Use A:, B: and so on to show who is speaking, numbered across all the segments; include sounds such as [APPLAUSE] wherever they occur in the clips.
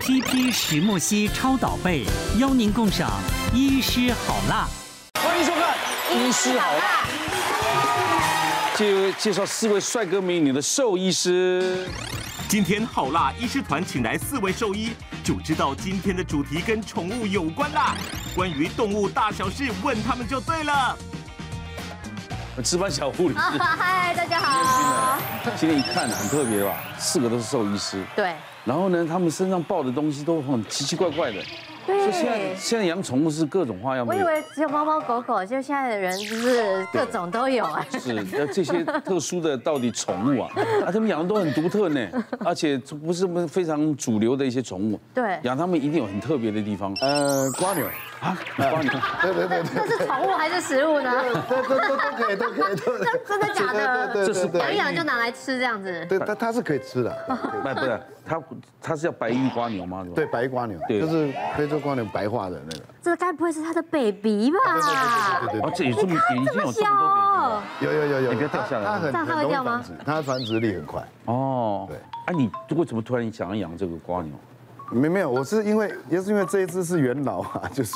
A: CP 石墨烯超导被，邀您共赏医师好辣。
B: 欢迎收看《医师好辣》，介介绍四位帅哥美女的兽医师。
C: 今天好辣医师团请来四位兽医，就知道今天的主题跟宠物有关啦。关于动物大小事，问他们就对了。
B: 值班小护理
D: 啊嗨，大家好。
B: 今天一看很特别吧，四个都是兽医师。
D: 对，
B: 然后呢，他们身上抱的东西都很奇奇怪怪的。所以现在
D: 对。
B: 现在养宠物是各种花样
D: 我
B: 都
D: 以
B: 有。
D: 为只有猫猫狗狗，就现在的人就是各种都有哎。
B: 是，那这些特殊的到底宠
D: [LAUGHS]
B: 物啊，啊，他们养的都很独特呢，而且不是不是非常主流的一些宠物。
D: 对
B: 养它们一定有很特别的地方
E: 呃，瓜牛，
B: 啊。帮你看
E: 对对对
D: 这
E: 对，
D: 这是宠物还是食物呢？
E: 都都都都可以，都可以，都可以
D: 真的 [LAUGHS] 假的？
E: 对对对对对
D: 养一养就拿来吃这样子。
E: 对它它是可以吃的，
B: 哎不不是，它它是叫白玉瓜牛吗？是吧
E: 对，白瓜牛，
B: 对
E: 就是非洲瓜牛白化的那个，
D: 这该不会是它的 baby 吧？
E: 对对
B: 而
E: 对，
B: 且哦有这么已经
D: 哎这么
B: 有这
D: 小
B: 么多年了
D: 哦，
E: 有有有有，
B: 你不要掉下来
E: 它它很
D: 这样它会
E: 很容易
D: 掉吗
E: 繁殖，它的繁殖力很快。
B: 哦，
E: 对
B: 啊，你为什么突然想要养这个瓜牛？
E: 没没有，我是因为也是因为这一只是元老啊，就是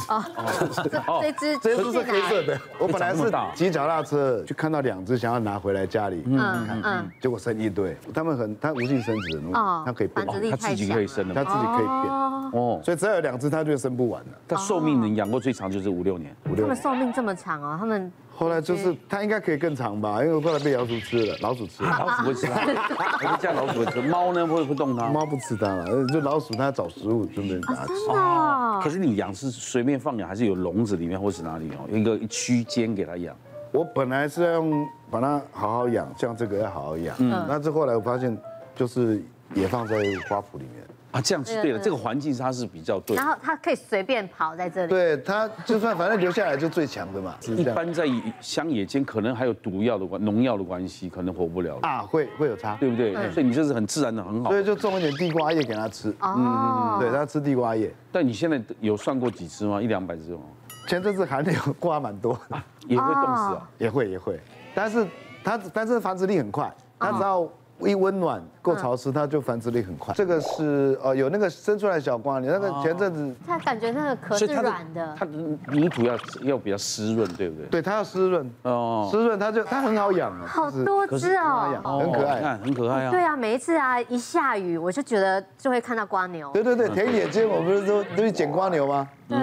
D: 哦，这只
E: [LAUGHS] 这一只是黑色
D: 的。
E: 的，我本来
B: 长这么
E: 是
B: 大
E: 骑脚踏车就看到两只，想要拿回来家里，
D: 嗯嗯嗯。
E: 结果生一堆，它们很它无性生殖，
D: 哦
E: 它可以变
D: 繁殖力
B: 它自己可以生的
E: 它
B: 吗？
E: 自己可以变，
D: 哦，
B: 哦，
E: 所以只要有两只它就生不完了。
B: 它寿命能养过最长就是五六年。
E: 五
D: 他
E: 六
D: 们
E: 年。
D: 寿命这么长哦，他们
E: 后来就是它应该可以更长吧，因为后来被老鼠吃了，老鼠吃
D: 啊
E: 了，
B: 啊老鼠会吃它，我们家老鼠会吃。猫呢会会动它。
E: 猫不吃它了，呃就老鼠它找食物就没人拿去。
D: 啊真的哦
B: 可是你养是随便放养，还是有笼子里面或是哪里哦？有一个区间给它养。
E: 我本来是要用把它好好养，像这个要好好养，嗯，但是后来我发现就是也放在花圃里
D: 嗯
E: 面。
B: 啊，这样是对的，这个环境它是比较对的
D: 然。后它可以随便跑在这里。
E: 对它，就算反正留下来就最强
D: [LAUGHS]
E: 的嘛，是
B: 一
E: 这样
B: 般在乡野间可能还有毒药的关、农药的关系，可能活不了了，
E: 啊，会会有
D: 嗯
E: 差，
B: 对不对？所以你这是很自然的，很好
E: 所。以就种一点地瓜叶给它吃，嗯
D: 哦，
E: 对，它吃地瓜叶。
B: 但你现在有算过几只吗？一两百只吗？
E: 前阵子寒流刮蛮多的，
B: 也会冻死啊？
E: 也会也会，但是它但是繁殖力很快，
D: 嗯
E: 它只要一温暖够潮湿，它就繁殖力很快。这个是呃有那个生出来的小瓜，你那
D: 哦
E: 个前阵子
D: 它感觉那个壳是
B: 它
D: 软的
B: 它。的泥土要要比较湿润，对不对？
E: 对它要湿润
B: 哦
E: 哦，湿润它就它很好养啊，
D: 好
E: 就是
D: 多
E: 可是
D: 只
E: 很好
D: 哦
E: 养，很可
B: 你
E: 爱。
B: 看很可爱啊。
D: 对啊，每一次啊一下雨，我就觉得就会看到瓜牛。
E: 对对对，田野间我不是都都去捡瓜牛吗？
B: 嗯
D: 对，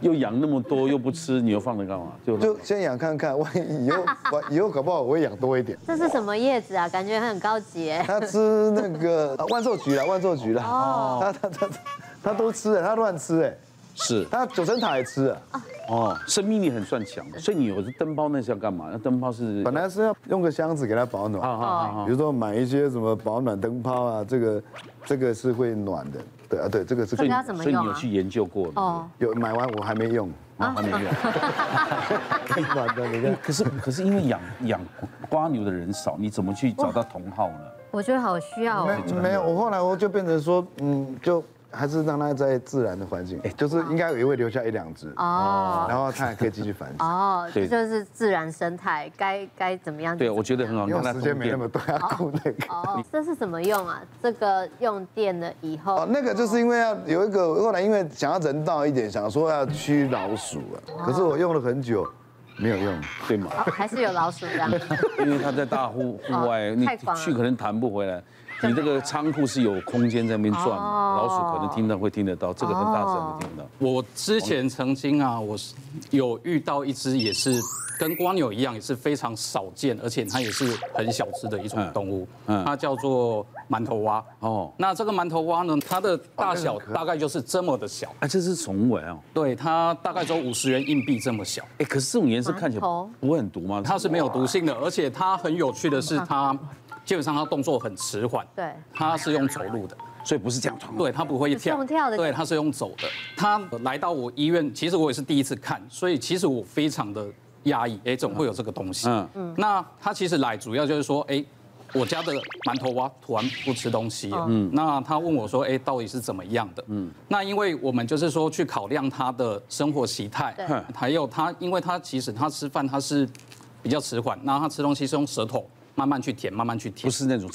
B: 又养那么多，又不吃，你又放着干嘛？就
E: 就先养看看，万
D: [LAUGHS]
E: 一以后以后搞不好我会养多一点。
D: 这是什么叶子啊？感觉很高级哎。
E: 它吃那个呃万寿菊啦，万寿菊啦，
D: 哦
E: 它它它它都吃哎，它乱吃哎，
B: 是
E: 它九层塔也吃啊。
B: 哦，生命力很算强，所以你有时灯泡那是要干嘛？那灯泡是
E: 本来是要用个箱子给它保暖，
B: 啊啊啊！
D: 哦
E: 比如说买一些什么保暖灯泡啊，这个这个是会暖的，对啊对，这个是
D: 这个要怎么
B: 所以
D: 用
B: 你有
D: 啊？
B: 去研究过哦，
D: 哦，啊
E: 有买完我还没用，
B: 然后还没
E: [LAUGHS]
B: 用。
E: 更暖的你看
B: 哎。可是可是因为养养瓜牛的人少，你怎么去找到同好呢？
D: [LAUGHS] 我觉得好需要
B: 嗯
D: 哦。
E: 没没有，我后来我就变成说，嗯，就还是让它在自然的环境，就是应该也会留下一两只，
D: 啊哦
E: 然后它还可以继续繁殖。
D: 哦，
B: 对
D: 这就是自然生态，该该怎么样？
B: 对，啊我觉得很好。
E: 因为时间没那么多，要顾那个。
D: 哦，这是什么用啊？这个用电了以
E: 哦
D: 后，，
E: 那个就是因为要有一个，后来因为想要人道一点，想说要驱老鼠啊，可是我用了很久，没有用。
B: 对嘛？
D: 哦还是有老鼠这样。
B: 因为他在大户户外，
D: 哦
B: 你
D: 太广了
B: 去可能弹不回来。你这个仓库是有空间在那边转嘛，
D: 哦
B: 老鼠可能听到会听得到，这个很大声的听到。
F: 我之前曾经啊，我是有遇到一只也是跟瓜牛一样，也是非常少见，而且它也是很小只的一种动物，
B: 嗯嗯
F: 它叫做馒头蛙。
B: 哦
F: 哦，那这个馒头蛙呢，它的大小大概就是这么的小，
B: 哎，这是宠物哎哦。
F: 对，它大概只有五十元硬币这么小。
B: 哎，可是这种颜色看起来
D: 馒头
B: 不会很毒吗？
F: 它是没有毒性的，而且它很有趣的是，它基本上它动作很迟缓，
B: [LAUGHS]
D: 对
F: 它是用走路的。
B: 所以不是这样闯。
F: 对，它不会
D: 是
F: 跳，
D: 用跳的
F: 对，它是用走的。它来到我医院，其实我也是第一次看，所以其实我非常的压抑，哎，总会有这个东西。
B: 嗯
F: 嗯嗯。那它其实来主要就是说，哎，我家的馒头蛙突然不吃东西
D: 哦
F: 了，嗯，那他问我说，哎，到底是怎么样的？嗯，那因为我们就是说去考量它的生活习态
D: 对，
F: 还有它，因为它其实它吃饭它是比较迟缓，那它吃东西是用舌头慢慢去舔，慢慢去
B: 不，
F: 舔
B: 是那种，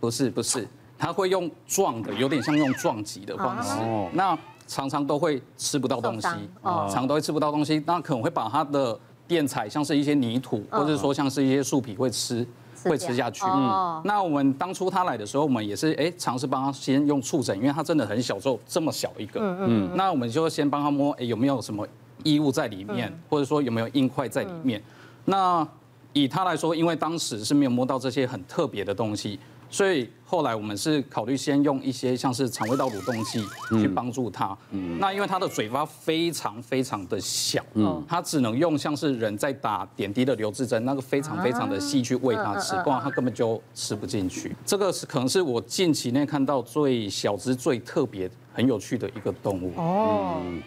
F: 不是不是，它会用撞的，有点像用撞击的方式。
B: 哦
F: 那常常都会吃不到东西
D: 受伤，哦
F: 常常都会吃不到东西，那可能会把它的垫材，像是一些泥土，或者说像是一些树皮会吃。
D: 嗯吃
F: 会
D: 掉
F: 吃下去。
D: 哦
F: 嗯，那我们当初他来的时候，我们也是哎尝试帮他先用触诊，因为他真的很小，就这么小一个。嗯嗯。那我们就先帮他摸，哎有没有什么衣物在里面，
D: 嗯
F: 或者说有没有硬块在里面。那以他来说，因为当时是没有摸到这些很特别的东西，所以后来我们是考虑先用一些像是肠胃道蠕动剂去帮助他。那因为他的嘴巴非常非常的小，嗯，他只能用像是人在打点滴的留置针，那个非常非常的细去喂他吃，不然他根本就吃不进去。这个是可能是我近期内看到最小只、最特别、很有趣的一个动物。
D: 哦，
B: 嗯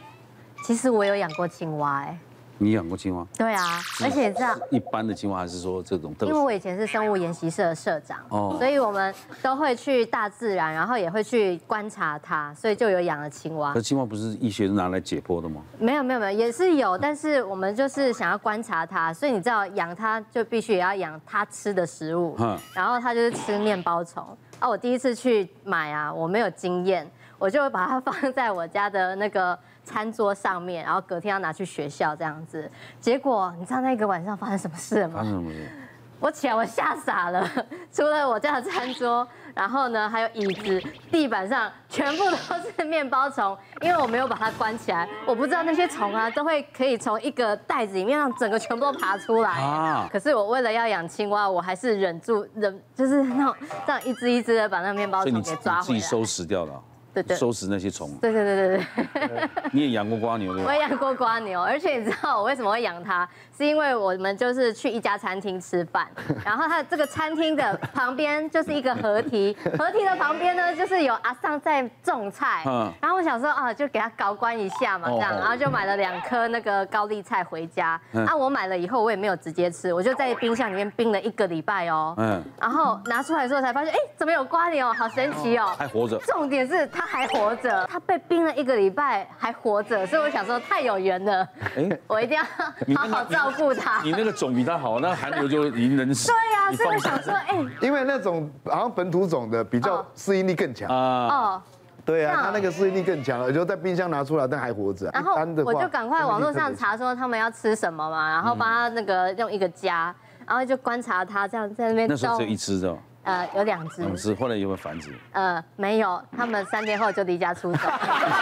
D: 其实我有养过青蛙，哎，
B: 你养过青蛙？
D: 对啊，而且你知道。
B: 一般的青蛙还是说这种特
D: 因为
B: 殊？
D: 我以前是生物研习社的社长，
B: 哦
D: 所以我们都会去大自然，然后也会去观察它，所以就有养了青蛙
B: 可。青蛙不是医学拿来解剖的吗？
D: 没有没有没有，也是有，但是我们就是想要观察它，所以你知道养它就必须也要养它吃的食物
B: 嗯，
D: 然后它就是吃面包虫啊。我第一次去买啊，我没有经验，我就把它放在我家的那个餐桌上面，然后隔天要拿去学校这样子。结果你知道那个晚上发生什么事了吗
B: 发？生什么事？
D: 我起来我吓傻了， [LAUGHS] 除了我家的餐桌， [LAUGHS] 然后呢还有椅子、地板上全部都是面包虫，因为我没有把它关起来，我不知道那些
B: [LAUGHS]
D: 虫啊都会可以从一个袋子里面让整个全部都爬出来。
B: 啊
D: 可是我为了要养青蛙，我还是忍住忍，就是那种这样一只一只的把那个面包
B: 所以你
D: 虫
B: 你
D: 给抓
B: 自
D: 回
B: 己
D: 来。
B: 收拾掉了啊？
D: 对对
B: 收拾那些虫。
D: 对对对对对。
B: 你也养过瓜牛对
D: 我
B: 吧？
D: 也养过瓜牛， [LAUGHS] 而且你知道我为什么会养它，是因为我们就是去一家餐厅吃饭， [LAUGHS] 然后它这个餐厅的旁边就是一个河堤， [LAUGHS] 河堤的旁边呢就是有阿尚在种菜
B: 嗯，
D: 然后我想说啊，就给它搞关一下嘛，这样，
B: 哦
D: 然后就买了两颗那个高丽菜回家。
B: 嗯
D: 啊，我买了以后我也没有直接吃，我就在冰箱里面冰了一个礼拜哦，
B: 嗯，
D: 然后拿出来之后才发现，哎，怎么有瓜牛，好神奇哦，
B: 还活着。
D: 重点是他还活着，他被冰了一个礼拜还活着，所以我想说太有缘了，
B: 哎
D: 我一定要
B: 你
D: 好
B: 那个
D: 好照顾他。
B: 你那个种比它好，那寒流就迎人死。
D: 对呀、
B: 你
D: 所以
B: 放
D: 我想说，哎、
E: 因为那种好像本土种的比较
D: 哦
E: 适应力更强。
B: 啊，
D: 哦，
E: 对
D: 这
E: 啊，
D: 样
E: 它那个适应力更强了，就在冰箱拿出来，但还活着。啊
D: 然后
E: 一般的话
D: 我就赶快网络上
E: 适应力特别强
D: 查说他们要吃什么嘛，然后帮他那个用一个夹，然后就观察他这样在那边
B: 那时候
D: 动
B: 只有嗯一只啊的，
D: 呃，有两只，
B: 两只，后来有没有繁殖？
D: 呃，没有，他们三天后就离
B: [LAUGHS]
D: 家出走，
E: 对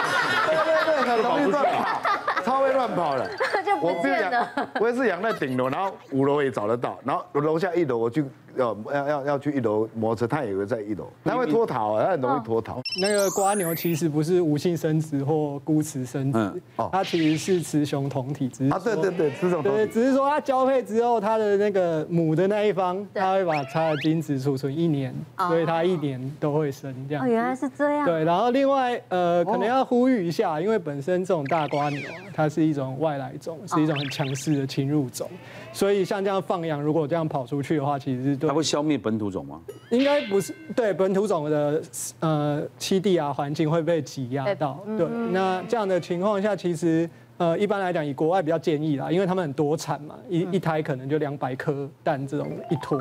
E: 对，很容易乱跑，超会乱跑的。
D: [LAUGHS] 就不
E: 我是
D: 见
E: 养
D: 了。，
E: 我也是养在顶楼，然后五楼也找得到，然后楼下一楼我去要要要要去一楼摩托车，它也会在一楼，它会脱逃啊，它很容
D: 哦
E: 易脱逃。
G: 那个瓜牛其实不是无性生殖或孤雌生
B: 嗯
G: 殖
E: 哦，
G: 它其实是雌雄同体，只是
E: 啊，对
G: 说
E: 对对，是这种东
G: 对，
E: 西。
G: 只是说它交配之后，它的那个母的那一方，
D: 对
G: 它会把它的精子储存一年，
D: 哦
G: 所以它一年都会生这样
D: 哦，。原来是这样。
G: 对，然后另外呃，可能要呼吁一
D: 哦
G: 下，因为本身这种大瓜牛啊，它是一种外来种，是一种很强势的侵入种，所以像这样放养，如果这样跑出去的话，其实是对
B: 它会消灭本土种吗？
G: 应该不是对本土种的呃栖地啊环境会被嗯挤压到，对，那这样的情况下，其实呃一般来讲以国外比较建议啦，因为他们很多产嘛，一一胎可能就两百颗蛋这种一托，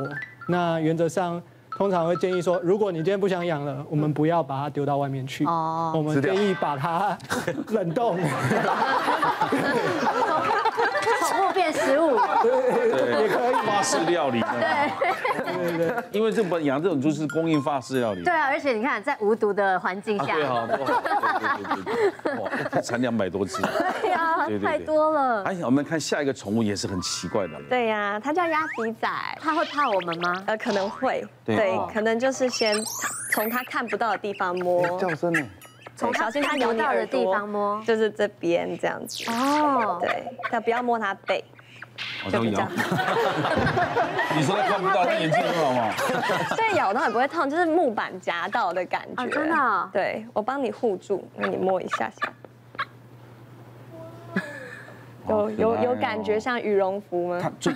G: 那原则上。通常会建议说，如果你今天不想养了，我们不要把它丢到外面去。
D: 哦
G: 哦，我们
E: 掉
G: 建议把它 [LAUGHS] 冷冻。
D: 宠物变食物，
B: 对，也可以法式料理。对
G: 对对对，
B: 因为这本养这种就是供应法式料理。
D: 对啊，而且你看，在无毒的环境
B: 啊，
D: 下，
B: 对哈，哇对对对对对，哇，产两百多只。
D: 对呀
B: 对对，对
D: 太多了。
B: 哎，我们看下一个宠物也是很奇怪的。
H: 对呀、它叫鸭鼻仔，
D: 他会怕我们吗？
H: 呃，可能会，
B: 对哦
H: 可能就是先从它看不到的地方摸，
E: 叫声呢？
H: 对小心它
D: 看
H: 扭
D: 不
H: 你
D: 到的
H: 耳
D: 地
H: 朵
D: 方摸
H: 就是这边这样子。
D: 哦，
H: 对，但不要摸它背，
B: 好
H: 就
B: 像
H: 比
B: 有
H: 较。。
B: 你说他看不到，他眼睛很好吗？
H: 对，咬到也不会痛，就是木板夹到的感觉。
D: 啊真的哦
H: 对，我帮你护住，那你摸一下下。有有有感觉像羽绒服
B: 它
H: 吗？
B: 最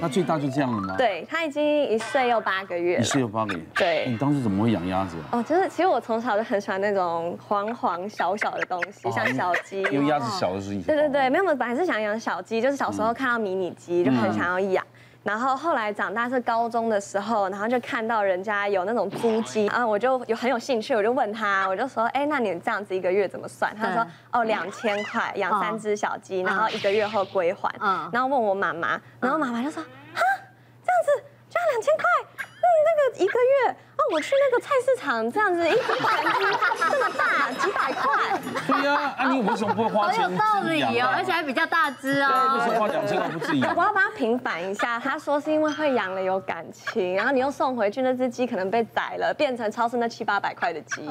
B: 它最大就这样了吗？，
H: 对，它已经一岁又八个月
B: 一
H: 了。
B: 岁有八个月。
H: 对
B: 你当初怎么会养鸭子啊？
H: 哦，就是其实我从小就很喜欢那种黄黄小小的东西，像小鸡。
B: [LAUGHS] 因为鸭子小的时候。
H: 对对对，没有，我本来是想养小鸡，就是小时候看到迷你鸡就很想要养。然后后来长大是高中的时候，然后就看到人家有那种租鸡，啊，我就有很有兴趣，我就问他，我就说，哎，那你这样子一个月怎么算？他说
D: 对，
H: 哦，两千块养三只小鸡，然后一个月后归还
D: 嗯。
H: 然后问我妈妈，然后妈妈就说，啊，这样子就要两千块，嗯，那个一个月。哦，我去那个菜市场，这样子一只黄鸡这么大，几百块。
B: 对呀，啊，你为什么不花
D: 好
B: 钱
D: 有道理
B: 自己
D: 哦，
B: 养啊
D: 而且还比较大只哦。
B: 为什么花两千块不自己
D: [LAUGHS]
B: 养
H: 我？要帮他平反一下，他说是因为会养了有感情，然后你又送回去那只鸡可能被宰了，变成超市那七八百块的鸡。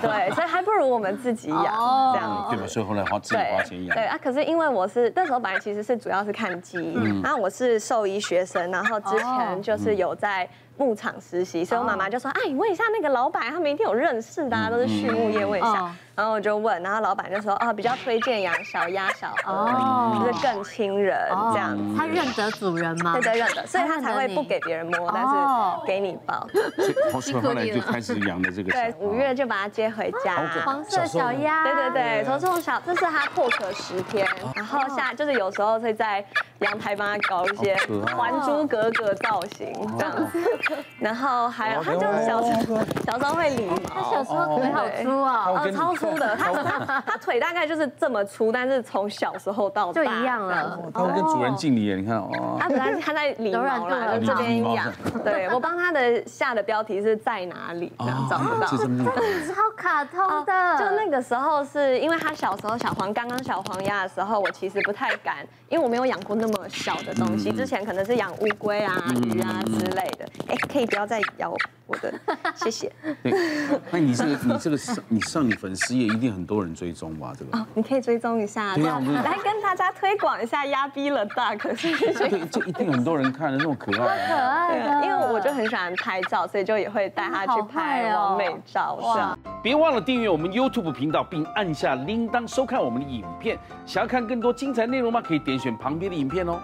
H: 对，所以还不如我们自己养
D: 哦
H: 这样子。
B: 对吧？所以后来花自己花钱
H: 对
B: 养
H: 对。啊，可是因为我是那时候本来其实是主要是看鸡，然后我是兽医学生，然后之前就是有在牧场实习，所以我妈妈就说：“哎，你问一下那个老板，他们一定有认识的、啊，都是畜牧业，问一
D: 哦
H: 下。”然后我就问，然后老板就说：“哦，比较推荐养小鸭、小
D: 哦
H: 鹅，就是更亲人
D: 哦
H: 这样子。”
D: 它认得主人吗？
H: 对对认的，所以他才会不给别人
D: 哦
H: 摸，但是给你抱。
B: 后所以后来就开始养的这个小。啊
H: 对，
D: 哦
H: 五月就把它接回家。
D: 黄色小鸭。
H: 对对对，从这种小，这是它破壳十天，
D: 哦
H: 然后下就是有时候会在阳台帮它搞一些
B: 好可爱
H: 《还
D: 哦
H: 珠格格》造型这样子，然后
D: 哦
H: 还有它就是小时候小时候会理
D: 它
H: 毛。
D: 小时候哦腿好粗哦，
H: 哦，超粗的，它它它腿大概就是这么粗，但是从小时候到
D: 就
H: 大
D: 一样了。
B: 它哦会跟主人敬礼耶，你看哦。
H: 他本来是他在理毛啦，
D: 啊
H: 就这边养。对我帮他的下的标题是在哪里，这
D: 哦
H: 样找不到
B: 哦这。是木头
D: 超卡通的，
H: 哦就那个时候是因为他小时候小黄刚刚小黄鸭的时候，我其实不太敢，因为我没有养过那么小的东西，之前可能是养乌龟啊、鱼啊之类的。哎，可以不要再咬我的，谢谢。
B: 对，那你这个你这个上你上你粉丝页一定很多人追踪吧？这个。
H: [LAUGHS] 哦，你可以追踪一下，
B: 对啊我们
H: 来跟大家推广一下鸭逼了大可 [LAUGHS] 是。
B: 对，这一定很多人看的，那么可
D: 可
B: 爱。啊
D: 爱的，
H: 啊因为我就很喜欢拍照，所以就也会带他去拍完美照这样。
I: 别忘了订阅我们 YouTube 频道，并按下铃铛收看我们的影片。想要看更多精彩内容吗？可以点选旁边的影片哦。